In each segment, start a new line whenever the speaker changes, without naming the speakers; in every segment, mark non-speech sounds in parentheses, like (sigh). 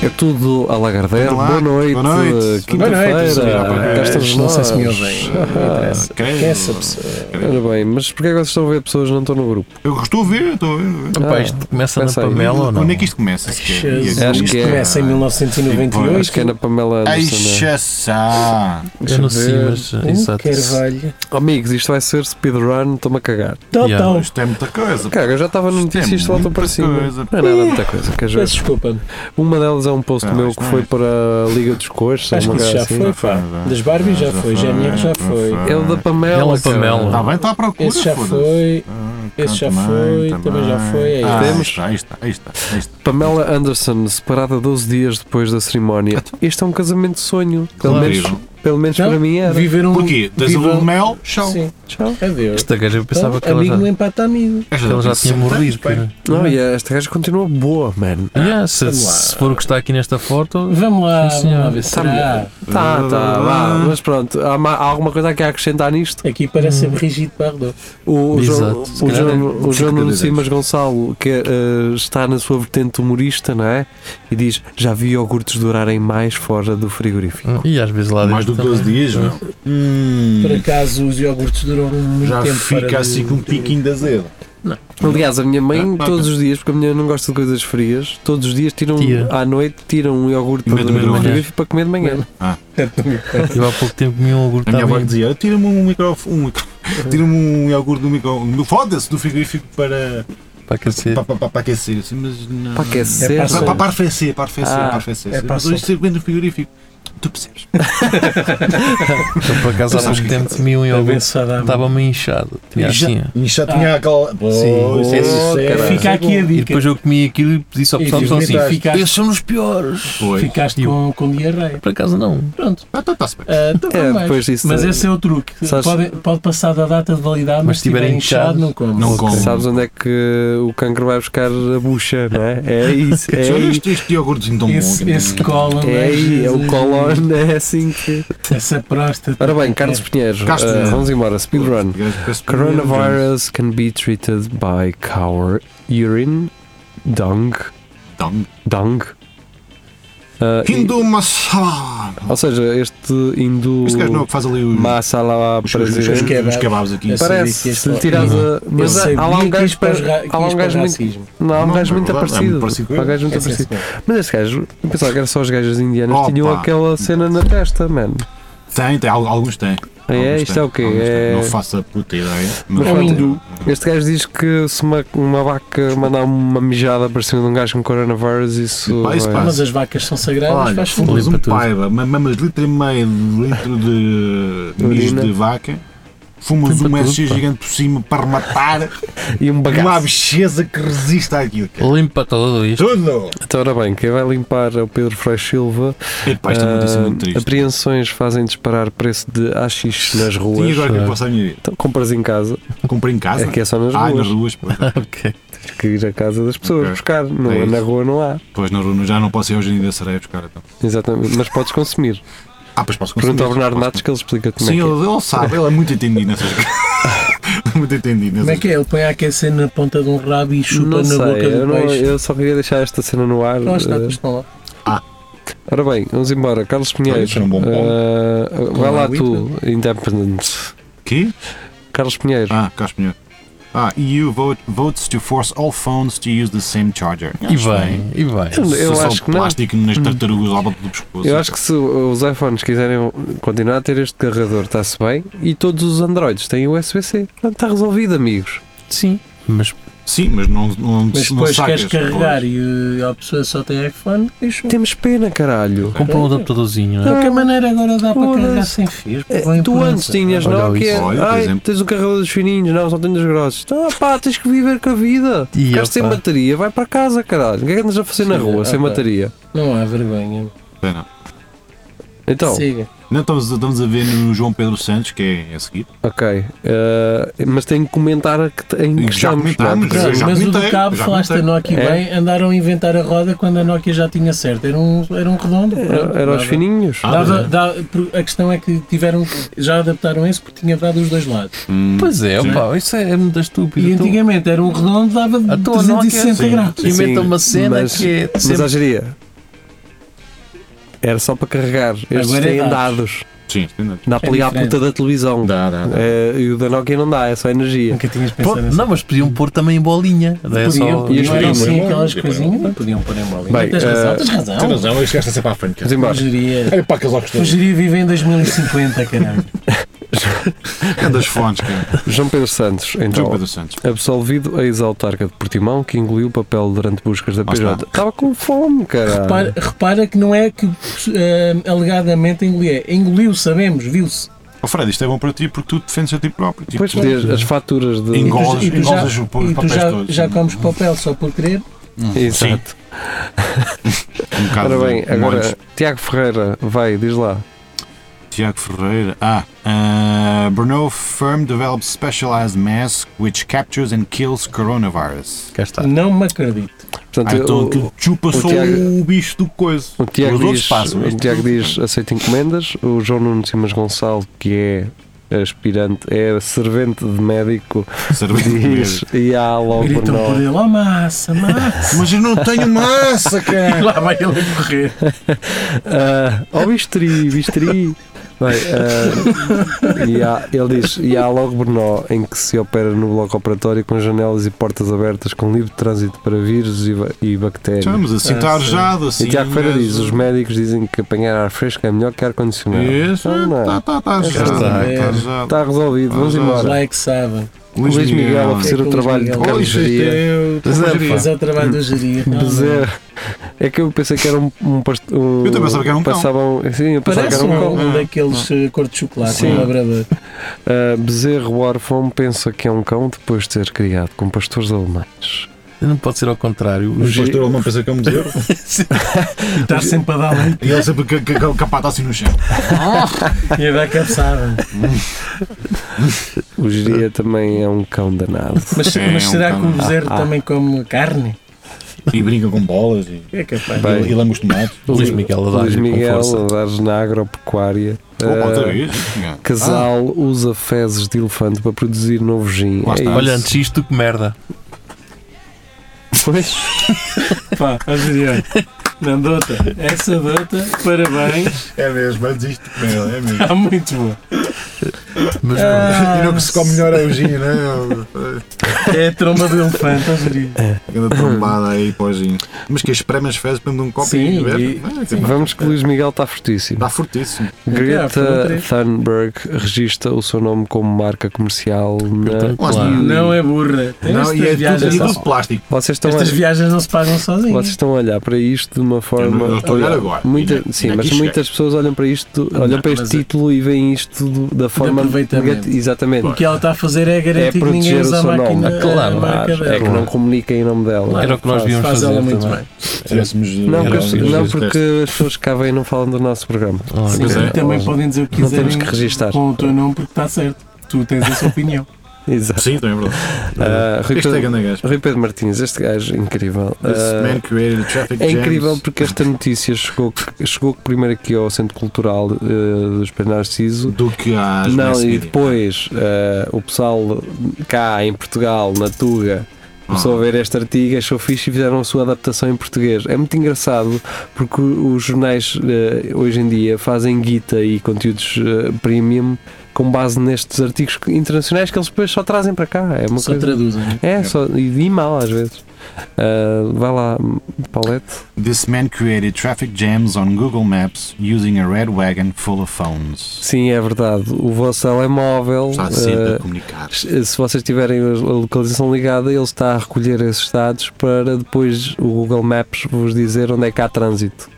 É tudo a Lagardère.
Olá,
Boa noite.
boa noite.
Boa noite,
Quinta-feira.
senhora.
Cá
Cá
estamos
é não sei
nós.
se me ouvem. Não interessa. Ok. Quem é essa pessoa?
Ora bem, mas porquê é que vocês estão a ver pessoas que não estão no grupo?
Eu estou a ver, estou a ver.
Pá, isto começa na
pensa Ah, aí.
Pamela ou não?
Onde é que isto começa? sequer? E
Jesus.
aqui-
Acho
isto
que é-
começa em
Eu
1998.
1998.
acho que é na Pamela
Ai,
Anderson. né?
chassá.
Eu não sei,
ver.
mas. uh,
Um
Exato.
Carvalho.
Oh, Amigos, isto vai ser speedrun, estou-me a cagar.
Yeah.
Total.
Isto é muita coisa.
Caga, eu já estava no
Isto é
notícia e isto lá estou
muita
para cima.
coisa.
Não é nada muita coisa, queres ver?
Peço desculpa.
Uma delas é um post
Não,
meu
isto
que
não
foi
é.
para a Liga dos Coxos.
Acho
uma
que isso
coisa
já
assim.
foi, pá. Das Barbies já foi, GNR já foi.
É o da Pamela.
Ela Pamela.
Está Tá bem, está à procura.
Esse já
foda-se.
foi.
Ah,
esse já
também,
foi, também já foi, é
Ah,
isto.
aí está, aí está, aí está. aí está.
Pamela Anderson, separada 12 dias depois da cerimónia.
Então.
Este é um casamento de sonho. Pelo
Claro.
menos, pelo menos
Não,
para mim era.
Viveram.
Porquê? Das
vivam-
lua de mel, tchau.
Hum, Sim.
Tchau.
Adeus.
Esta gaja eu
Então,
pensava que ela
amigo não
já,
empata amigo.
Esta
que ela Então já
deve
tinha
ser
morrido.
tanto,
cara.
Não, e esta gaja continua boa, man.
Yeah, se,
Vamos lá.
se for o que está aqui nesta foto.
Vamos lá,
Sim,
vamos lá
senhor.
ver.
Tá
Será?
Tá, tá, vá. Mas pronto, há, ma- há alguma coisa que há a acrescentar nisto?
Aqui parece sempre Brigitte Bardot.
O, o João,
Exato. Se
o
calhar
João,
é-
o João Nuno Simas Gonçalo, que eh, está na sua vertente humorista, não é? E diz: Já vi iogurtes durarem mais fora do frigorífico.
E às vezes lá
Tá Mais do
dentro.
que 12
também.
dias, meu.
Por
Hum,
acaso os iogurtes duram muito
Já
tempo.
fica
fora
assim
do-
com um piquinho de azedo.
Aliás, a minha mãe,
(laughs)
Ah,
todos os dias, porque a minha mãe não gosta de coisas frias, todos os dias tiram
Tira.
à noite, tiram um iogurte
E
do,
mete no
do
micro-ondas.
frigorífico para comer de manhã.
Eu há pouco tempo comi um iogurte
A minha avó
também.
dizia, tira-me um microfone, um
(laughs)
micro... tira-me um iogurte do micro... Foda-se, do frigorífico para,
Para aquecer.
para, para, para aquecer. Assim, mas não...
Para aquecer,
É para-
Para, para, para arrefecer, para arrefecer,
Ah,
para arrefecer.
é para
mas hoje sempre no frigorífico. Tu percebes.
Eu Então, por
(laughs)
acaso há pouco tempo comi um iogurte.
Abençoada.
Estava-me inchado. Tinha assim.
É.
ó.
E já tinha aquela...
Sim.
Ah. isso é
Fica
sincero.
Fica aqui a
E
dica.
depois eu comi aquilo e disse ao
E
pessoal pessoal assim:
vomitaste.
Esses são os piores.
Foi.
Ficaste
E eu-
com, com diarreia.
Por acaso não.
Pronto.
Ah, tá, tá-se bem.
Ah, então
É,
vamos mais.
depois disso-
mas esse é o truque.
Sabes-
Pode, pode passar da data de validade, mas,
Mas
se estiver
estiver
inchado,
inchado,
não come.
Não como.
Sabes onde é que o cancro vai buscar a bucha, não é? (laughs) É isso. É
Olha
aí.
este, este iogurtezinho tão bom.
Esse,
que
esse
tem.
colo,
É aí, é o colon, (laughs) é assim que.
Essa próstata.
Ora bem, Carlos Pinheiro,
Carlos
eh,
Pinheiro.
vamos embora. Speedrun.
Esse- um
Coronavirus can be treated by cow urine, dung,
Então,
dung. eh, e-
Hindu Masala.
ou seja, este hindu
Este gajo não é o que faz ali os,
masala
os, os, os,
presidente
os
É,
kebabs aqui.
Esse-
parece
disse
se
este-
lhe tiras a. Mas
Eu
há-
sabia
há lá
que
um
ias
gajo
para
para-
os ra- que
há lá
ias
um
para
gajo
o
muito.
racismo. assim,
Não, há um
Não,
gajo
é
muito
verdade, é
aparecido.
muito parecido com
Há um
ele.
gajo muito
Esse- esse-
aparecido. Mas este gajo, eu pensava que era só os gajos indianos,
Opa.
tinham aquela cena na testa, mano.
Tem, tem, al- alguns têm.
É,
Alguns
isto
têm,
é o quê?
alguns têm.
É-
Não faço a puta ideia.
Mas é um
pronto.
hindu. Este gajo diz que se uma, uma vaca mandar uma mijada para cima de um gajo com coronavírus, isso. é
Pá, isso
vai-
pá.
Mas as vacas são sagradas,
Olha,
faz
fumas
favor.
um
Limpa tudo.
paiva, ma- mamas litro e meio de litro de (laughs)
Urina.
mijo de vaca, fumas
Limpa
um
tudo,
SC
pá.
gigante por cima para rematar
E um
uma
(laughs) bagaço.
abcheza que resiste àquilo. cara.
Limpa tudo isto.
Tudo!
Então, ora bem, quem vai limpar é o Pedro Frei Silva.
Epá, isto é uma notícia
Ah,
muito triste.
apreensões fazem disparar preço de haxixe nas
Tinha
ruas.
agora que eu posso a minha vida.
Então, compras em casa,
Comprei em casa.
é que é só nas
Ai, nas
ruas.
ruas, pois. é.
(laughs)
Ok.
Tens que ir à casa das pessoas
Ok.
buscar. Não,
É
na
isso.
rua não há.
Pois na rua já não posso ir hoje em dia serei buscar então.
Exatamente. Mas podes consumir.
Ah, pois posso
Pergunta ao
consumir.
Bernardo
Posso-
Matos que ele explica como
Sim,
é que é.
ele, ele sabe, ele é muito entendido
(laughs)
nessas coisas. (laughs) muito entendido nessas
Como é que é? Ele põe a aquecer na ponta de um rabo e chupa
não
na
sei,
boca
eu,
do
não-
peixe.
eu só queria deixar esta cena no ar.
Não, as estátuas
eh,
estão lá.
Ora bem, vamos embora. Carlos Pinheiro.
Olha, isso era um bom ponto.
ah, vai lá
a
tu, Independent.
Quê?
Carlos Pinheiro.
Ah, cá senhor. Ah, EU vote, votes to force all phones to use the same charger.
E bem, e bem.
eu
Só
acho que não. Hum.
plástico nas tartarugas lá do pescoço.
Eu acho que se os iPhones quiserem continuar a ter este carregador, está-se bem. E todos os Androids têm USB-C. Portanto, está resolvido, amigos.
Sim. Mas
Sim, mas não, não,
Mas
não
depois
sacas.
queres carregar e uh, a pessoa só tem iPhone, deixa
Temos pena, caralho.
compra um adaptadorzinho,
De
não é?
qualquer maneira, agora dá para
Foda-se.
carregar sem fios.
É,
põe
tu
por
antes
onde?
tinhas
Olha
Nokia,
isso.
Olha, por
ai,
exemplo.
tens um carregador dos fininhos, não, só tens os grossos. Ah pá, tens que viver com a vida.
E,
Ficaste sem
opa.
bateria, vai para casa, caralho. O que é que andas a fazer na
Sim,
rua sem
opa.
bateria?
Não há vergonha.
Pena.
Então,
Siga.
Não estamos, estamos a ver no João Pedro Santos, que é a seguir.
ok. eh, mas tenho que comentar a que t- em que
Já
estamos. não é?
comentámos,
Porque-
Eu
Mas,
já
o do
comentei,
cabo,
já
falaste da
comentei.
Nokia
É?
bem, andaram a inventar a roda quando a Nokia já tinha certo. Era um, era um redondo. pronto,
Era, era os
dava-
fininhos.
Ah,
Dava, dava- por- a questão é que tiveram, já adaptaram esse porque tinha dado os dois lados.
Pois é,
Sim.
pá, isso é muito estúpido.
E
Então,
antigamente era um redondo, dava
A tua Nokia,
360
sim.
graus.
Inventa
Sim,
uma cena
mas-
que é
Mas
sempre-
a geria. Era só para carregar. Estes
Agora
têm
é dados.
dados.
Sim,
Dá para
É
ligar a
diferente.
puta da televisão.
dá, dá. dá.
Eh, e o da Nokia não dá, é só energia.
Nunca tinhas
Pô,
pensado nisso.
não, mas podiam pôr também em bolinha. Não é
Podiam,
só-
e
podiam,
as
eram
primas?
assim, aquelas
Bem,
coisinhas, podiam pôr em bolinha.
Bem,
tens
eh,
razão, tens razão.
Tem razão, este gajo está sempre à frente.
Vamos
cara.
O
embora.
geria-
Olha para aqueles óculos
o
todos.
geria vive em
(laughs)
2050, caralho.
das fontes, um cara.
João Pedro Santos, então.
João Pedro Santos.
Absolvido a ex-autarca de Portimão, que engoliu o papel durante buscas da
Lá está.
PJ. Estava com fome, cara.
Repara, repara que não é que eh, alegadamente engolia. Engoliu, sabemos, viu-se.
Oh, Fred, isto é bom para ti porque tu defendes a ti próprio. Tipo,
Depois de as faturas de.
E tu-
Engolas-
e tu já-
engolas os papéis
E tu já,
todos.
já comes papel só por querer.
Exato.
um bocado
Ora bem,
de- de montes.
agora Tiago Ferreira, vai, diz lá.
Tiago Ferreira. Ah, uh, Brno firm develops specialized mask which captures and kills coronavirus.
Cá está.
Não me acredito.
Portanto,
Ah, então
o-
aquilo chupa só
Tiago-
o bicho do coisa.
O Tiago,
Os outros
diz,
passam.
o
este
Tiago
não.
diz aceita encomendas. O João Nuno Simas Gonçalo, que é aspirante, é servente de médico,
Servente de
diz e há logo
Gritam por
não.
ele, oh (laughs) massa, massa.
Mas eu não tenho massa,
(laughs)
e
cara.
lá vai ele a correr.
Ah, oh, bistri, bistri. Bem, ah, e há- ele diz: e há logo Brno em que se opera no bloco operatório com janelas e portas abertas com livre trânsito para vírus e, ba- e bactérias.
Estamos assim, está
Ah, sim.
arejado assim.
e Tiago Ferreira
gajo.
diz: os médicos dizem que apanhar ar fresco é melhor que ar-condicionado.
Isso,
Então, não.
está tá, tá arejado.
está.
tá arejado.
Está resolvido, vamos
Ah,
embora.
Lá é que sabem.
Luís, Miguel, a oferecer o
Luís
trabalho de
Miguel.
Oh, isto
carniceria.
é-
Pois é,
Carniceria.
Mas é o trabalho
(laughs)
do geria.
Bezerra. É que eu pensei que era um. um, past- um
Eu também pensava que era um cão.
passavam, Sim, eu pensava que
Parece
era um cão.
um, um daqueles eh, cor de chocolate,
Sim.
um labrador.
Uh, Bezerro órfão pensa que é um cão depois de ser criado com pastores alemães.
Não pode ser ao contrário.
O
Os-
pastor alemão pensa que é um (laughs) bezerro.
E está sempre a dar leite.
E ele sempre ca- ca- ca- capata assim no chão.
(laughs) E a dar cabeçada.
O
(laughs)
Geria também é um cão danado.
Mas,
É,
mas
um
será que o
bocado.
bezerro
Ah, ah.
também come carne?
E brinca com bolas e,
É capaz.
Bem.
e lama os tomates.
O Luís Miguel a
Luís
dar-lhe com
Miguel,
força.
a dar na agropecuária.
Opa, outra
Uh,
vez. Ah.
casal usa fezes de elefante para produzir novo gin.
Lá
É
está.
isso.
Olha, antes isto que merda.
Pois,
Pá, ó Juliano, não, Dota, essa Dota, parabéns,
É mesmo, antes isto comeu, é mesmo.
está muito boa.
Mas
Ah,
melhor é o gin, (laughs) né?
É a tromba do elefante, ó Juliano.
Aquela trombada aí para o gin. Mas que espreme as fezes para um copo
Sim,
e bebe.
e-
Ah, que pá,
vamos que o Luís Miguel está fortíssimo.
Dá fortíssimo.
Ah, foram
Greta
três.
Thunberg registra o seu nome como marca comercial na.
Claro.
Não é burra.
Não,
estas,
e é tudo,
viagens,
e tudo de plástico.
Vocês estão
estas
a-
viagens não se pagam sozinhas.
Vocês estão a olhar para isto de uma forma.
Eu não estou a olhar
Olha,
agora.
muita-
Ainda-
sim,
ainda
mas
aqui cheguei.
muitas pessoas olham para isto,
Não,
olham para
mas
este
é-
título e veem isto do- da forma
aproveitamento.
negativa. Exatamente.
O que ela está a fazer é garantir
É
que ninguém
proteger o
usa a
seu nome.
máquina.
Claro,
a marca
Claro,
dela.
um.
é que não comunica em nome dela.
Claro.
Era o que nós
Faz-
devíamos
Faz ela
fazer
muito
também.
bem.
Se tivéssemos, eh,
Não,
Era
porque,
o
os-
que-
não,
os-
porque as pessoas que cá vêm não falam do nosso programa. (laughs)
Ah,
Sim,
pois
Sim,
é.
e também podem dizer o que
Não temos
quiserem
que registar.
com o teu nome porque está certo. Tu tens a sua opinião. (laughs)
Exato.
Sim, também é verdade.
Ah, Rui,
Este é
Pedro,
grande gajo.
Rui Pedro Martins, este gajo incrível. Ah,
This man created a traffic
É
jam.
incrível porque esta notícia chegou, chegou primeiro aqui ao Centro Cultural eh, do Espelho Narciso.
do que às
Não,
mass
e
media.
depois eh, o pessoal cá em Portugal, na Tuga,
Ah.
começou
Uhum.
a ver este artigo, achou fixe e fizeram a sua adaptação em português. É muito engraçado porque o- os jornais eh, hoje em dia fazem guita e conteúdos eh, premium com base nestes artigos que- internacionais que eles depois só trazem para cá. É uma
Só
coisa.
traduzem.
É, só, e de mal às vezes. Ah, vai lá, Paulette.
This man created traffic jams on Google Maps using a red wagon full of phones.
Sim, é verdade. O vosso telemóvel.
Está sempre
ah,
a comunicar.
se vocês tiverem a localização ligada, ele está a recolher esses dados para depois o Google Maps vos dizer onde é que há trânsito.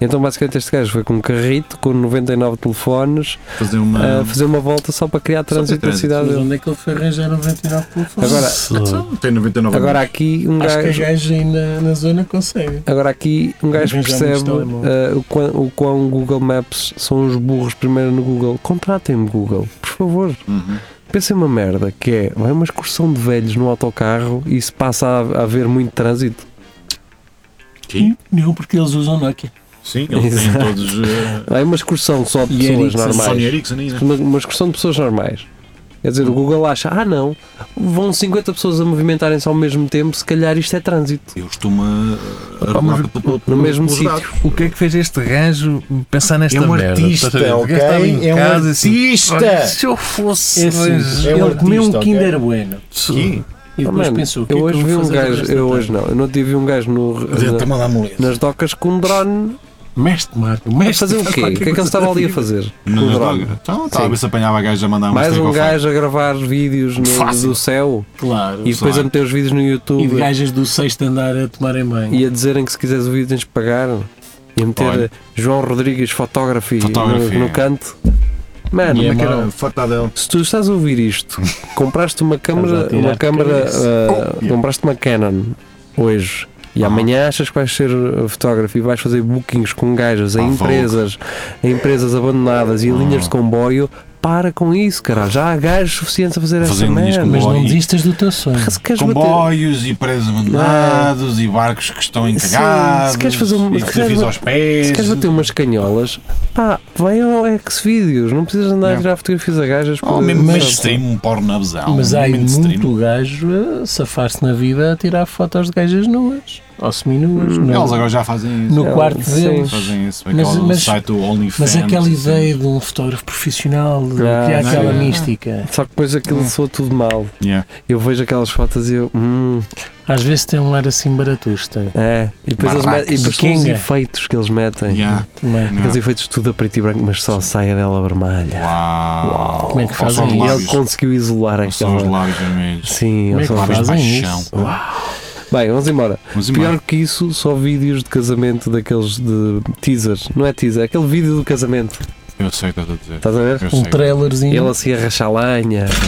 Então, basicamente, este gajo foi com um carrito com 99 telefones
eh, Fazer uma.
a Eh, fazer uma volta só para criar trânsito na
trânsito.
cidade
Mas
dele.
onde é que ele foi arranjar 99 telefones?
Agora,
Então, Tem 99
agora aqui um
Acho que a
gajo.
gajo aí na, na zona consegue.
Agora aqui um gajo
Arranjar muitos
percebe
telemóveis.
eh, o, quão, o quão Google Maps são os burros primeiro no Google. Contratem-me Google, por favor.
Uhum.
Pensem uma merda, que é vai uma excursão de velhos no autocarro e se passa a a haver muito trânsito.
Sim.
Não, porque eles usam Nokia.
Sim, eles têm
Exato.
todos. eh, né,
Vai É uma excursão só de
E é
pessoas
Ericsson,
normais.
Sony Ericsson ainda.
uma, uma excursão de pessoas normais. Quer dizer, o Google acha, ah não, vão 50 pessoas a movimentarem-se ao mesmo tempo, se calhar isto é trânsito.
Eu costumo
eh,
a
Opa, mas
No mesmo sítio.
O que é que fez este gajo pensar nesta
É um
merda? tá
artista,
Estás a ver? O gajo
ok?
estava em
É um
casa e assim,
artista!
"Olha, assim, Se eu fosse.
É simples.
É um
ele
artista,
comeu um
ok?
Kinder Bueno
Sim.
e
Ah,
depois
mano,
pensou: o que
eu
é que
hoje
eu
vi
vou
um
fazer com
gajo,
esta
eu
tarde?
hoje não, eu não tive um gajo no, na-
Toma lá a mulher.
nas docas com um drone
Mestre, Marco,
a
mestre.
fazer o quê? O que é que ele estava
(laughs)
ali a fazer? Com o
Nas
drone.
drogas. Então, estava a ver
Sim.
se apanhava a gajo a mandar
Mais
steak
um
ao fundo.
gajo a gravar vídeos no-
Fácil.
do céu
Claro.
e depois a meter os vídeos no
E de
YouTube
gajas do sexto andar a tomarem banho.
e a dizerem que se quiseres o vídeo tens de pagar e a meter
Olha.
João Rodrigues Photography
Photography.
no, no canto. Mano,
Como é
E
que
é
era?
mau.
Fartadão.
Se tu estás a ouvir
(laughs)
isto, compraste uma câmara,
Estás a
uma
tirar
câmara,
cabeça.
ah,
Oh, yeah.
compraste uma Canon hoje. E
Ah.
amanhã achas que vais ser ah, fotógrafo e vais fazer bookings com gajas a
Ah,
empresas, a empresas abandonadas e a linhas de comboio, para com isso, cara. Já há gajos suficientes a fazer essa
Fazem linhas de
merda.
Mas
comboio.
não
Oi.
desistas do teu sonho.
Mas se queres bater.
Comboios e presos abandonados e barcos que estão encalhados.
se queres fazer um-
E
se
que
queres
fiz
ba-
aos pés.
Se queres bater umas canholas, pá, vai ao X-Vídeos, não precisas andar a
Não.
tirar fotografias a gajas.
Ou
para-
Oh, mesmo
Mas-
mainstream, um pornabzão.
Mas há aí
mainstream.
muito gajo a safar-se na vida a tirar fotos de gajas nuas ou seminuas no,
Eles agora já fazem isso.
no
Eles-
quarto
sim.
deles.
Fazem isso.
Mas-
Aquela
mas-
site do OnlyFans.
Mas aquela
e assim.
ideia de um fotógrafo profissional, de
Ah,
que há aquela
sim.
mística.
Só que depois
Hum.
aquilo soa tudo mal.
Yeah.
Eu vejo aquelas fotos e eu. Hum,
Às vezes tem um ar assim baratusta.
É, e depois, eles
Barracos.
metem, e depois são os
Quenga.
efeitos que eles metem.
Yeah.
Também.
Yeah.
Aqueles efeitos tudo a preto e branco, mas só a saia dela vermelha.
Uau.
Como é que
Ou
fazem
só os
isso?
E ele
lábios.
conseguiu isolar
Ou Só os
aquela.
lábios vermelhos.
Sim,
Como
ele
é que
só
Lábios de
fazem
paixão.
isso?
Bem, vamos embora.
Mas
Pior que isso, só vídeos de casamento daqueles de teasers. Não é teaser, é aquele vídeo do casamento.
Eu sei o que estás a dizer.
Estás a ver?
Eu sei.
Um
Ele
trailerzinho.
assim a rachar lenha
Eu sei,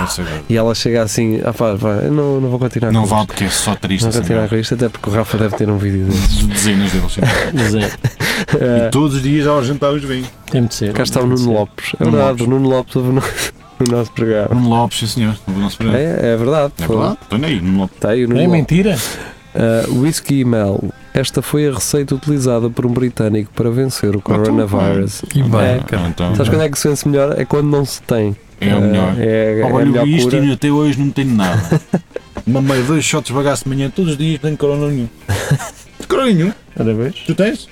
eu sei. o que
e ela chega assim, ah pá, pá, eu não, não vou continuar
Não
com
vale
isto.
porque é só triste.
Não vou
assim,
continuar com isto, até porque o Rafa deve ter um vídeo desse.
não. Dezenas
(laughs)
deles. sim.
Mas é,
Ah,
(laughs) E todos os dias ao jantar os vêm.
tem de ser.
Eh, cá está o Nuno Lopes. É
Nuno
verdade, o Nuno Lopes ouve no, (laughs) no nosso programa.
Nuno Lopes, sim senhor. No nosso programa.
É, é verdade.
É verdade? Estou nem aí. Nuno Lopes.
Está aí o
Não é
Nuno Lopes.
mentira?
Ah, Whisky e mel. Esta foi a receita utilizada por um britânico para
Ah,
vencer o coronavírus. É.
E bem,
Então, então,
Sabes quando é que se vence melhor? É quando não se tem.
é o melhor.
Ah, É, é
Pá,
a
Olha
melhor
isto
cura.
e até hoje não tenho nada. (laughs) Mamei dois shots bagaço de manhã todos os dias, não tenho corona (laughs) nenhum. corona nenhum?
Ora vez.
Tu tens?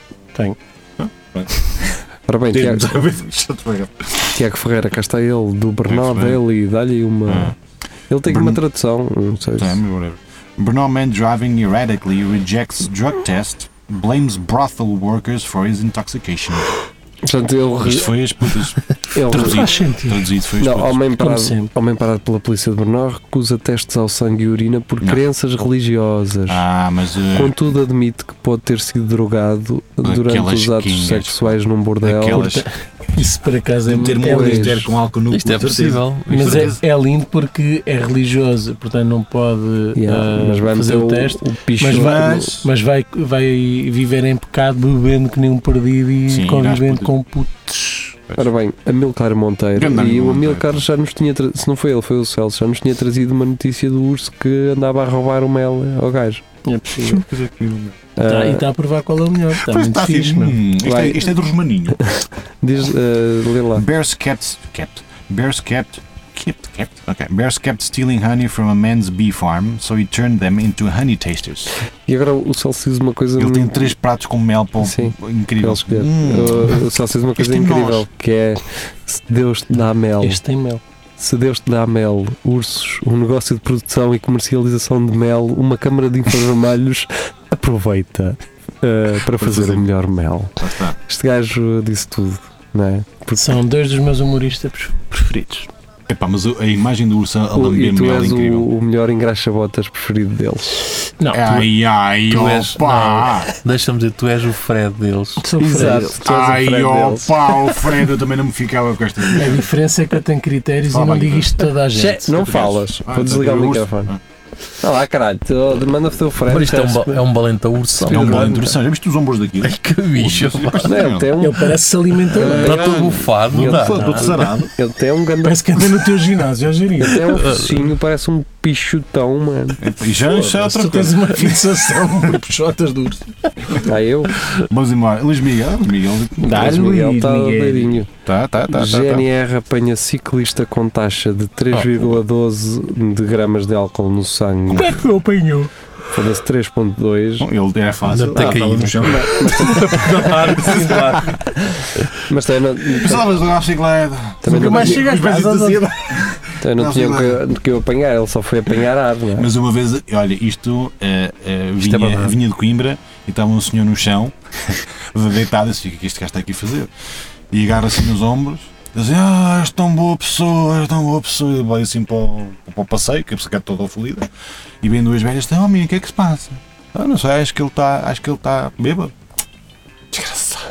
Ora bem,
Tens-me
Tiago,
já visto de um shot de bagaço.
Tiago Ferreira, cá está ele, do Bernal
Tiago Ferreira.
dele, dá-lhe uma.
Ah.
Ele tem
Bern-
uma tradução, não sei se-
Damn, whatever. Bernal man driving erratically rejects drug test, blames brothel workers for his intoxication.
Portanto, ele.
Isto foi as putas.
É um
ele
Traduzido.
Faz sentido.
Traduzido foi as
não,
putas.
homem parado,
sempre.
homem parado pela polícia de Bernal recusa testes ao sangue e urina por
Não.
crenças religiosas.
Ah, mas. eh,
Contudo, admite que pode ter sido drogado durante
Aquelas
os atos
quingas.
sexuais num bordel.
Aquelas.
Isso por acaso é
Deve ter
muito.
um
Pois.
ter com álcool no cu,
Isto é
de certeza.
possível.
Mas
Isto é-
é, é lindo porque é religioso, portanto não pode
Yeah,
ah,
mas vai
fazer
meter
o teste.
O picho
Mas
no-
vai, mas vai, vai viver em pecado, bebendo que nem um perdido e
Sim, irás
convivendo
por-
com um putos.
Ora bem, Amilcar Monteiro.
Grande
e o
Monteiro.
Amilcar já nos tinha tra- se não foi ele, foi o Celso, já nos tinha trazido uma notícia do urso que andava a roubar o mel ao gajo.
É possível.
Ah,
Tá- e está a provar qual é o melhor. Está
Pois
muito
está
fixe,
fixe.
meu.
Hum, isto, é,
Vai.
isto é do Romaninho.
diz, ah, lê lá.
Bears kept kept bears kept kept kept okay bears kept stealing honey from a man's bee farm, so he turned them into honey tasters.
E agora o Celso diz uma coisa
Ele tem
muito-
três pratos com mel para
Sim.
incrível.
para ele escolher.
Hum.
Ah, O Celso diz uma coisa
Isto é
incrível,
nós.
que é se Deus te dá mel,
Este tem mel.
se Deus te dá mel, ursos, um negócio de produção e comercialização de mel, uma câmara de infravermelhos, (laughs) aproveita ah, para fazer
fazer.
o melhor mel.
Lá está.
Este gajo disse tudo, não é?
São dois dos meus humoristas preferidos.
Epá, mas o- a imagem do urso a
O- e
lamber
tu
mel é
és o, Ah,
incrível.
o melhor engraxa-botas preferido deles.
Não, tu-
Ai, ai,
tu és-
opa!
Deixa-me dizer, tu és o Fred deles.
sou Fred.
tu és o
Ai,
Fred deles.
opa, o Fred, eu também não me ficava com esta
A
mulher.
diferença é que eu tenho critérios
Ah,
e não
bem,
digo
então.
isto a toda a
Che-
gente.
não falas,
Ah,
vou desligar o
então,
microfone.
urso.
Ah lá, caralho, tu- demanda o teu frente.
Mas isto é um, ba- é um balenta ursão.
É um
Não,
bom
não.
interessante. Já viste os ombros daquilo?
Ai, que bicho. pá.
Não, ele tem um,
Ele parece que se alimenta bem.
Está todo tá bufado, tá. não dá?
Estou sarado.
ele tem um grande.
Parece que anda no teu ginásio, ó Jerinho.
Ele tem um focinho, parece um pichotão, mano.
E já isso é outra
Tu tens
coisa.
uma fixação
(laughs)
por puxotas do urso.
Ah, eu?
Vamos embora. Luís Miguel, ah, Luís Miguel.
Mas Miguel está doidinho.
Tá, tá, tá. tá, tá.
GNR apanha ciclista com taxa de 3,12 de gramas de álcool no sangue.
Como é que eu apanhou?
Foda-se 3,2.
Ele é fácil.
Ainda tem
Ah,
caído.
estava no chão.
Mas também não, também
Precisavas de uma bicicleta.
não,
mais
tinha-
chega às
Mas é
casas,
isso- assim, né?
também não
Não,
tinha
sei
o que, que eu apanhar, ele só foi apanhar ar, não é?
Mas uma vez, olha, isto, eh, eh,
Isto é
vinha,
verdade.
vinha de Coimbra e estava um senhor no chão, deitado, assim, o que é que este gajo está aqui a fazer? E agarra-se nos ombros, dizia, ah, és tão boa pessoa, és tão boa pessoa, e vai assim para o, para o passeio, que a pessoa toda ofolida, e vem duas velhas, oh menino, o que é que se passa? Ah, não sei, acho que ele está, acho que ele está bêbado. Desgraçado.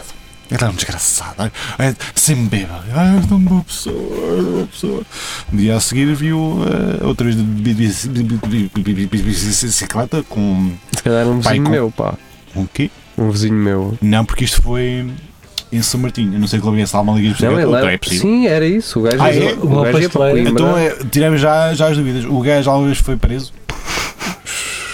Ele é um desgraçado. Ai, ai, Sempre bêbado. Ah, és tão boa pessoa, és tão boa pessoa. No dia a seguir viu eh, outra vez de bi- bi- bi- bi- bi- bi- bi- bi- bicicleta com
Se calhar um
Pai,
vizinho
com-
meu, pá.
com o quê?
Um vizinho meu.
Não, porque isto foi em São Martinho. Eu não sei é que lá havia essa alma liga de
Não,
bicicleta.
ele
Outra,
era-
é possível.
Sim, era isso. O gajo,
Ah,
ia-
é?
o gajo ia para Coimbra.
Então é, tiramos já, já as dúvidas. O gajo alguma vez foi preso?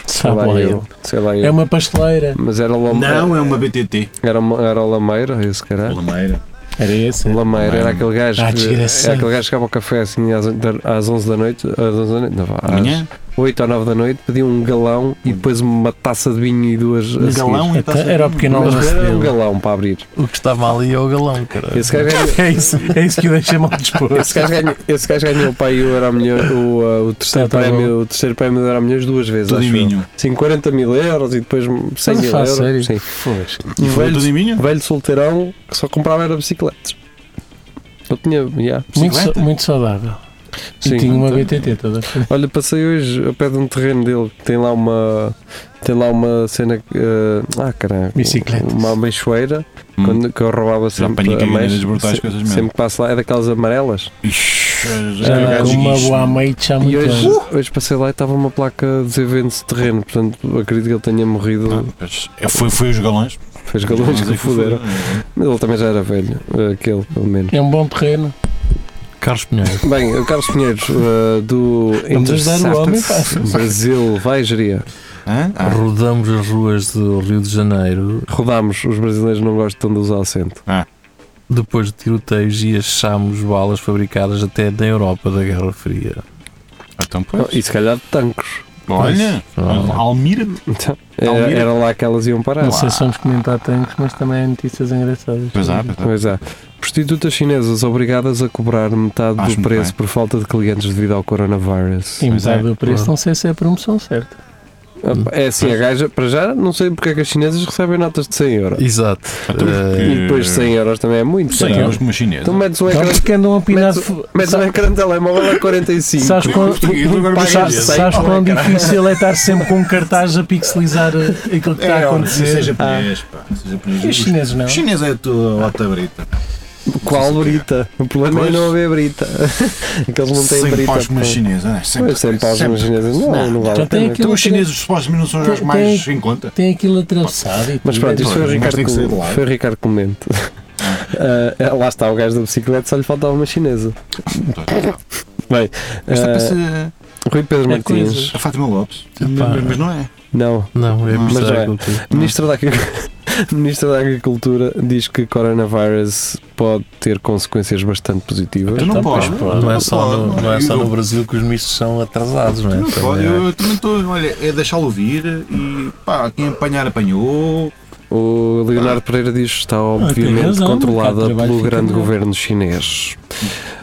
sei
Sabe
lá
lá
eu.
ele.
Sei lá
Tá É
eu.
uma pasteleira.
Mas era, lama,
é
Ah.
uma BTT.
era, uma- era o Lameira, esse caralho.
Lameira.
Era esse?
Lameira era aquele gajo
tá
Ah,
que,
desgraçado.
era aquele gajo que chegava ao café assim às, oito da- às 11 da noite, às 11 da noite, não, vá, às
Amanhã?
8 ou 9 da noite, pedia um galão e depois uma taça de vinho e duas a
Um
seguir.
galão e
Até
taça de
É era o
vinho.
pequeno
Mas
almoço
era um
dele.
galão para abrir.
O que estava ali é o galão, caralho.
Esse gajo ganhou,
É isso, é isso que o deixa mal disposto.
esse gajo ganhou, esse gajo ganhou para aí o Euromilhões, o, uh, o terceiro
Tá, tá
prémio, o terceiro prémio do Euromilhões duas vezes,
Tudo em
acho eu.
vinho.
Sim, 40 mil euros e depois 100
Mas
mil
faz
euros.
sério?
Sim.
E foi
Velho-
tudo em vinho?
velho solteirão que só comprava era bicicletas. Eu tinha, yeah,
Muito,
Bicicleta?
sa- muito saudável.
sim.
e tinha uma
então.
BTT toda.
Olha, passei hoje a pé de um terreno dele, que tem lá uma tem lá uma cena que, eh, ah caralho,
Bicicletas.
uma ameixoeira
Hum.
quando que eu roubava
Já
sempre
apanhei cagadeiras
ameixa,
brutais com essas merdas.
sempre Ah, que passo lá, é daquelas amarelas.
Ixi,
Já
era
Ah, com
gajo
uma
guicho,
boa
mano.
mate já há
E
muito
hoje,
anos.
hoje passei lá e estava uma placa dizendo se terreno, portanto acredito que ele tenha
Ah,
morrido,
pois, é, foi, foi os galões.
fez galões que o fuderam. Mas ele também já era velho, eh, aquele pelo menos.
É um bom terreno.
Carlos Pinheiro.
Bem, o Carlos Pinheiro eh, do
Vamos ajudar o homem, pá.
Intercept Brasil, vai geria.
Hã? Ah,
Rodamos as ruas do Rio de Janeiro
Rodamos, os brasileiros não gostam de usar acento.
depois de tiroteios e achámos balas fabricadas até da Europa da Guerra Fria.
então, pois.
E se calhar de tanques.
Olha,
Ah.
Almira.
Então, era,
Almira.
era lá que elas iam parar.
Não sei se vamos comentar tanques, mas também há notícias engraçadas.
Pois é, pois é.
Pois é. Prostitutas chinesas obrigadas a cobrar metade
Acho
do
muito
preço
bem.
por falta de clientes devido ao coronavírus.
E
Pois
metade
é.
do preço, não sei se é a promoção certa.
Ah, É assim, a gaja, para já, não sei porque é que as chinesas recebem notas de 100 euros.
Exato.
Então,
Eh,
E depois 100 euros também é muito.
Sim,
caralho.
eles como chinesa.
Então metes um
Não,
ecrã,
porque andam a pinar.
Mete- metes um ecrã de telemóvel a 45.
Sabes quão, sabes, sabes quão difícil é estar sempre com um cartaz a pixelizar uh, aquilo
É,
tá
que
É
está a acontecer? Ah.
Ah.
japonês, pá. Seja japonês.
E os chineses não?
chinês é tudo lata brita.
Qual brita? O problema é
Pois.
não haver brita. (laughs) Aqueles não têm
Sempre
brita.
paus
pá.
uma chinesa, não é? Sempre.
Pois, sem paus uma chinesa. Não, não vale
Já
a
tem
pena.
aquilo
Então os
Tem-
chineses supostamente não são os
tem-
mais em conta.
Tem aquilo atravessado e
Mas
tudo. é
pronto, isto foi o
Mas
Ricardo,
tem que ser de
Clemente.
lado.
foi o Ricardo Clemente.
(laughs)
Ah, lá está o gajo da bicicleta, só lhe faltava uma chinesa. Bem,
Esta
ah,
parece
Rui Pedro
é
Martins.
coisa.
a Fátima Lopes.
Epá.
Mas mas não é.
Não.
Não, é
Mas
mostrar
é.
aquilo tudo.
Ministro da, Agri- (laughs) Ministro da Agricultura diz que coronavírus pode ter consequências bastante positivas. Então,
Tu não podes.
pois,
Não é só no, não é só no
Eu-
Brasil que os ministros são atrasados, não é?
Não pode,
Também
eu também estou, olha, é deixá-lo vir e pá, quem apanhar apanhou.
O Leonardo Pereira diz que está obviamente
Ah, razão, o mercado de
controlada
trabalho
pelo
fica
grande
melhor.
governo chinês.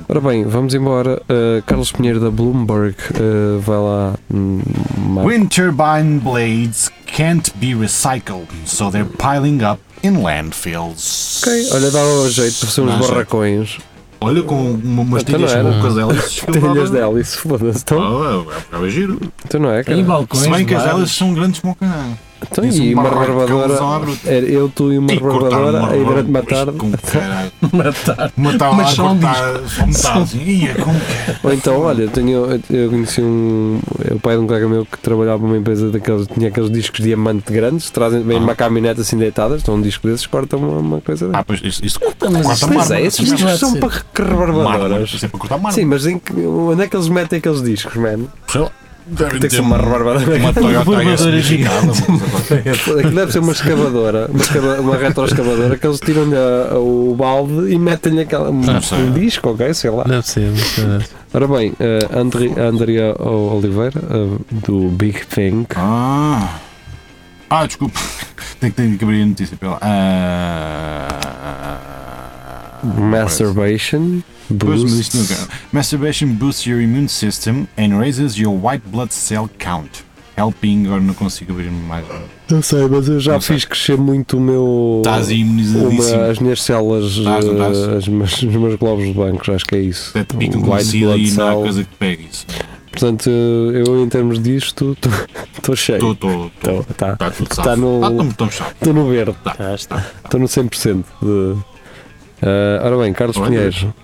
Ora bem, vamos embora. Uh, Carlos Pinheiro da Bloomberg uh, vai lá. hum, mar-
Wind turbine blades can't be recycled, so they're piling up in landfills.
Ok, olha, dá jeito para ser uns
Dá jeito.
barracões.
Olha, com uma- umas
Então não
telhas
era.
com o casal e se
(laughs) Telhas de hélice, foda-se. Então,
Ah, é, ficava giro.
então não é, cara.
Em balcões.
Se bem que as
bares.
elas são grandes como o caralho.
Então,
Isso,
e
um
uma
barraco,
rebarbadora.
cãozão à bruta.
Era eu, tu e uma
E cortaram
rebarbadora
uma
aí durante uma
barba,
tarde. (laughs)
com caralho.
Matar.
Matava lá
Mas
a
só um
cortar só metade. assim. Ia, como que é?
Ou então, olha, eu tenho, eu conheci um. O pai de um colega meu que trabalhava numa empresa daqueles. tinha aqueles discos diamante grandes, trazem, vem uma caminhonete assim deitada, estão um disco desses, cortam uma, uma coisa dessas.
Ah. Ah, tá pois isso, isso corta
Mas
corta
Pois
mármore.
é,
mas
esses
não
discos
há de
são
ser.
para
Mármore,
rebarbadoras.
isso é para cortar mármore.
Sim, mas em que- onde é que eles metem aqueles discos, mano?
Sei lá, devem
Tem que
ter
ser uma rebarbadora.
(laughs) Uma Toyota
rebarbadora
S
gigante.
modificada, mano.
Aquilo deve ser uma escavadora, uma, escava- uma retroescavadora, que eles tiram-lhe a- o balde e metem-lhe aquela, um,
Ah, Não sei.
um disco, ok? Sei lá.
Deve ser, deve ser.
Ora bem, eh, Andri, Andrea O- Oliveira, eh, do Big Bang,
Ah, ah (laughs) desculpa. Tem que, tem que abrir a notícia pela. Ah,
Masturbation,
Pois, mas
Boost.
isto nunca- Masturbation boosts your immune system and raises your white blood cell count. Helping, agora não consigo abrir mais.
Não sei, mas eu já
Não sei.
fiz crescer muito o meu.
Estás
o meu-
imunizadíssimo.
as minhas células,
Estás, não estás?
eh, as minhas- os meus globos brancos, acho que é isso.
Até te picam com
White
sida
blood
e não há
cell.
coisa que pegue isso.
Portanto, eh, eu em termos disto (laughs) estou cheio.
Estou, estou.
Então, tá.
Está tudo
Tá
safo.
no-
Está tão chato.
Estou no verde.
Tá,
Estou no 100% de. Ah, ora bem, Carlos
Olha.
Pinheiro.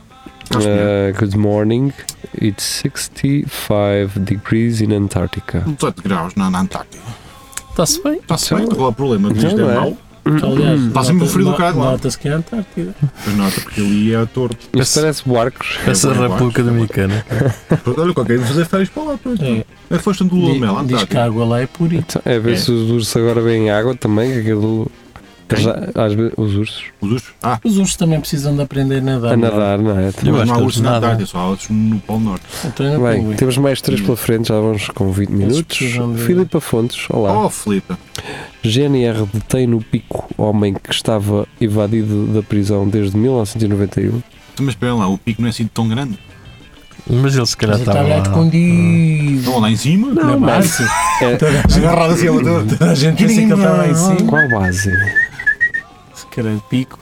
Carlos
Ah,
Pinheiro.
good morning. It's 65 degrees in Antarctica.
18 graus na, na Antártida.
Está-se bem.
Está-se
Então-
bem, qual é o problema?
então
Isto
não
é
é.
mau,
Aliás,
Está sempre
nota-
frio do
no-
caralho lá.
Nota-se que é a Antártida.
mas nota porque ali é torto.
Isto parece barcos.
Essa
É, bom,
República Dominicana.
Olha, qualquer dia vou fazer férias para lá, pronto.
É.
É a foste um do Lula de Mel,
Di- Diz que a
Antártida.
água lá é purita.
Então, é ver
É.
se os ursos agora veem água também, que aquilo.
Quem?
Já, às vezes, os ursos.
Os ursos? Ah,
Os ursos também precisam de aprender a nadar.
A nadar, não é?
Eu
mas
acho
não há
que eles
ursos na
nadam.
Antártida, só há ursos no Polo Norte.
Então ainda
Bem,
tá
tem-
temos mais três pela frente, já vamos com 20 minutos.
precisam de-
Filipe Afontes, olá.
Oh, Filipe.
GNR detém no pico homem que estava evadido da prisão desde 1991.
Então, Mas espera lá, o pico não é assim tão grande.
Mas ele se calhar
Mas então é
estava
estava
lá.
escondido.
Estão lá em cima?
Na
Não,
base.
É-
Agarrado assim ao todo.
Toda a gente pensa que ele está lá em cima.
Qual base?
Esse cara de um pico.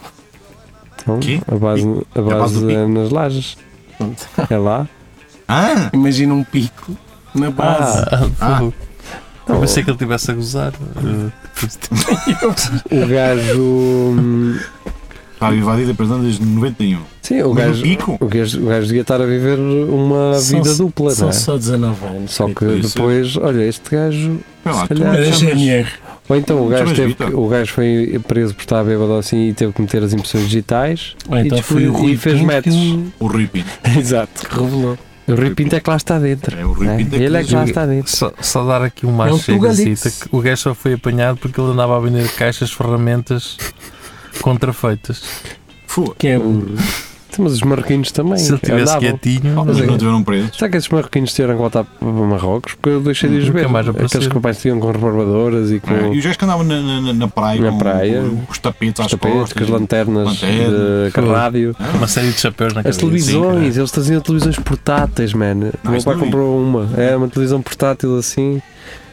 Então,
Quê?
a base, a base,
base do
é nas lajes. É lá.
Ah,
Imagina um pico na base.
Ah, fogo. Eu
Oh.
pensei que ele estivesse a gozar. Eh,
O gajo. hum,
estava invadida a prisão desde 91.
Sim, o
Mas
gajo.
no pico?
O gajo, o gajo devia estar a viver uma
São-
vida dupla, não
São
é?
só 19 anos.
Só que
Isso.
depois, olha, este gajo.
Espera lá,
Se
tu
calhar
não
Era
chamas-
GNR.
Ou então o
Não
gajo,
chamas
teve,
Vitor?
que- o gajo foi preso por estar bêbado assim e teve que meter as impressões digitais
Ou então
e,
foi o
descobriu-
Rui
e fez
Pinto
metros.
O Rui Pinto.
Exato.
que revelou.
O Rui Pinto é que lá está dentro.
É, o Rui
né?
Pinto é que
Ele é que lá
nos-
está dentro.
Só, só dar aqui uma
É um
chega
tugalix.
que o gajo só foi apanhado porque ele andava a vender caixas, ferramentas contrafeitas.
Fua.
Que é burro.
Então, Mas os marroquinos também.
Se ele tivesse
andavam.
quietinho,
Ah, Mas
é.
não tiveram presos.
Será que esses marroquinos tiveram que voltar para Marrocos? Porque eu deixei de os
Nunca
ver.
mais
Aqueles
apareceram.
que apareciam com rebarbadoras e com
É, E os gajos que andavam na, na- na- na praia,
Na
com,
praia.
com os tapetes
os
às
tapetes, com
costas.
as lanternas,
lanternas. Ah,
de com a rádio.
uma série de chapéus na
As
cabeça.
televisões, eles traziam televisões portáteis, man. O
Não,
meu
Ah, isso
pai
não vi.
comprou uma. Era uma televisão portátil assim.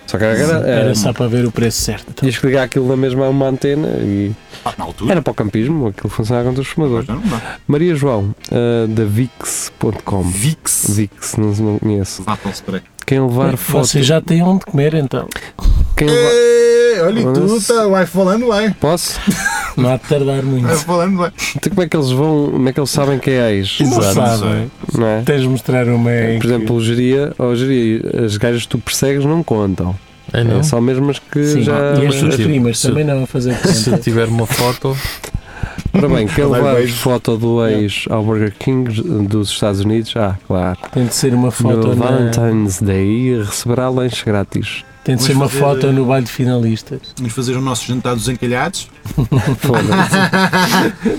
Só que era.
Era
era
só para ver o preço certo.
Tinhas que ligar aquilo na mesma uma antena e.
Ah, na altura.
Era para o campismo, aquilo funcionava contra os
Mas
fumadores.
já não dá.
Maria João, ah, da Vix.com.
Vix.
Vix, não, não conheço.
Vattle-spray.
Quem levar foto.
Vocês já têm onde comer então.
Quem levar...
Olha,
e tu, tá,
vai falando, vai.
Posso?
Não há de tardar muito.
falando, vai.
Então como é que eles vão, como é que eles sabem quem é isso?
Não
Exato.
sabem.
Não é?
Tens de mostrar uma em
Por
que-
exemplo, o geria, ou geria, as gajas que tu persegues não contam.
É, não?
É só mesmo as que
Ah, Sim, Ah,
já. um
e as suas
Sim.
primas
Sim.
também não a fazer
Se eu
conta.
tiver uma foto,
Ora bem,
(laughs)
quem
Vai
levar
beijo.
foto do ex ao Burger King dos Estados Unidos? Ah, claro.
Tem de ser uma foto
no
na...
Valentine's Day receberá lanche grátis.
Tem de ser uma
Vamos fazer- eh,
foto no baile de finalistas.
Vamos fazer o nosso jantar dos encalhados.
(laughs)
Foda-se,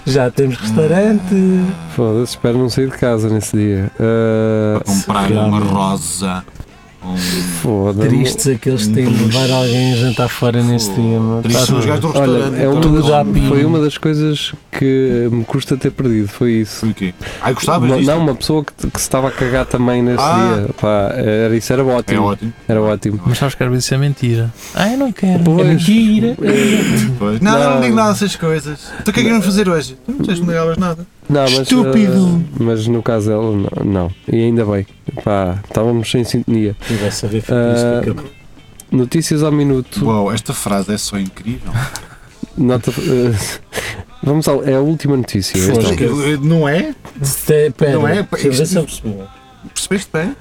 Já temos restaurante.
foda-se, espero não sair de casa nesse dia. Ah,
Para comprar uma
realmente.
rosa. Um...
Foda-se.
Tristes aqueles que têm de levar alguém a jantar fora neste dia. não é?
Tristes são os gajos do
Olha,
restaurante.
é um-
então,
tudo à
não-
pinha.
Foi uma das coisas que me custa ter perdido, foi isso.
Foi o quê? Ai, gostavas
Uma-
disto?
não, uma pessoa que, que se estava a cagar também nesse
Ah.
dia. Pá, era, isso era
É
ótimo.
ótimo.
Era ótimo.
mas sabes que às vezes isso é mentira. Ah, eu não quero.
É
Pois.
mentira.
Pois. Não, eu não
Não.
digo nada dessas coisas. Então o que é que iam fazer hoje? Não, Vocês não ligavas nada.
Não, mas,
Estúpido.
eh, mas no caso dela, não. não. E ainda bem. Pá, estávamos sem sintonia.
E vai saber
Ah,
fazer isto.
Notícias ao minuto.
Uau, esta frase é só incrível.
Nota, eh, (laughs) vamos ao. É a última notícia.
Foi.
então.
Não é? Não é?
Deixa eu ver se eu percebi.
Percebeste bem?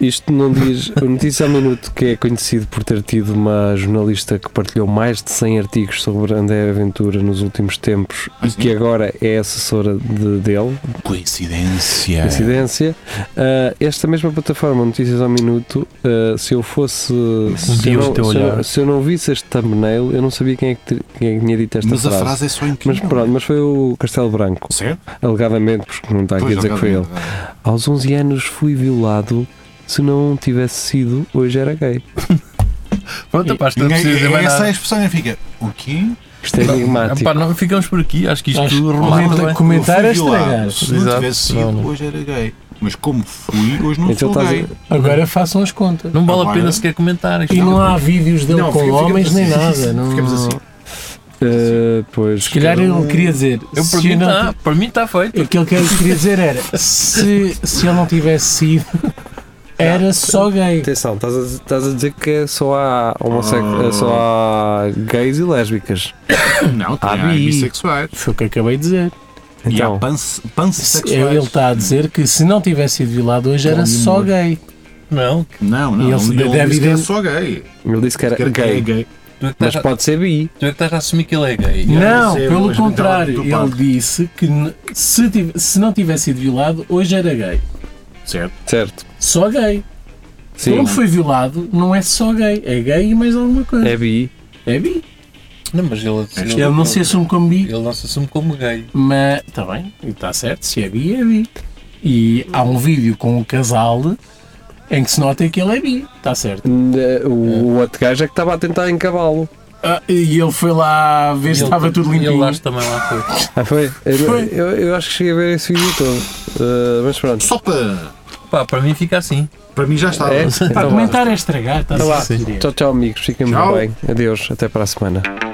Isto não diz. O Notícia ao Minuto, que é conhecido por ter tido uma jornalista que partilhou mais de 100 artigos sobre André Aventura nos últimos tempos
Ah,
e
sim.
que agora é assessora de, dele, É.
Coincidência.
coincidência. Ah, esta mesma plataforma, Notícias ao Minuto, ah, se eu fosse. Se
dia
eu,
o
não,
teu
se, eu, não-
olhar.
se eu não visse este thumbnail, eu não sabia quem é que, ter- quem é que tinha dito esta
Mas
frase.
a frase é só
Mas
incrível.
pronto, mas foi o Castelo Branco,
Certo?
alegadamente, porque não é? está aqui a dizer que foi ele. Aos 11 anos fui violado. Se não tivesse sido, hoje era gay.
Pronto, rapaz, não
Ninguém-
precisa dizer mais
Essa é a
nada.
expressão e fica. O quê?
Isto é
Então,
enigmático.
Epá, não, ficamos por aqui, acho que isto
Acho-
remata
Comenta-
bem.
comentar
Eu fui
é
violado.
estragar.
Se não
Exato.
tivesse sido,
Não, não.
hoje era gay. Mas como fui, hoje não
Então
sou
estás a-
gay.
Agora façam as contas.
Não vale a
Agora-
pena sequer comentar. Isto.
E não há vídeos dele
Não,
com
fica- ficamos
homens nem
assim.
nada. Não...
Ficamos assim.
Eh, pois.
Se calhar ele queria dizer.
Eu, para,
se
mim
eu não
ah.
tá- para mim está feito.
Aquilo que ele queria dizer era: se, se ele não tivesse sido,
Tá.
era só gay.
Atenção, estás a, estás a dizer que é só há, homossex...
Ah.
só há gays e lésbicas.
Não,
Ah,
também há
bi.
bissexuais.
Foi o que acabei de dizer.
E há
Então,
panse-
Se- É,
É
Ele
pansexuais.
está a dizer que se não tivesse sido violado hoje era
Com
só
humor.
gay.
Não, é
Não, não.
E ele se
Ele,
deve
disse que é
evidente-
só gay.
ele disse que era
Quer que é
gay,
gay.
tu é que
mas
Tá.
estás, a,
pode ser bi.
tu é que estás a assumir que ele é gay.
Não,
sei,
pelo
mas então,
contrário.
do
Ele
Pablo.
disse que n- se, tiv- se não tivesse sido violado hoje era gay.
Certo.
Certo.
Só gay.
Sim,
Quando foi violado, não é só gay. É gay e mais alguma coisa.
é bi.
É, bi.
Não, mas ele,
Ele não se assume como bi,
ele não se assume como gay.
mas está bem, está certo. Se é bi, é bi. E há um vídeo com um casal em que se nota que ele é bi. Está certo.
Eh, O o outro gajo é que estava a tentar encavá-lo.
Ah, e ele foi lá ver se
Ele-
estava tudo limpinho.
Ele acho que também lá foi.
Ah, foi? Eu-
Foi.
Eu, eu acho que cheguei a ver esse vídeo todo. Eh, mas pronto.
Só para.
Pá, para mim fica assim.
Para mim já está.
É?
Pá,
Então vá.
comentar é estragar, está
Então vá.
certo.
Tchau, tchau, amigos. Fiquem muito
Tchau.
bem. Adeus. Até para a semana.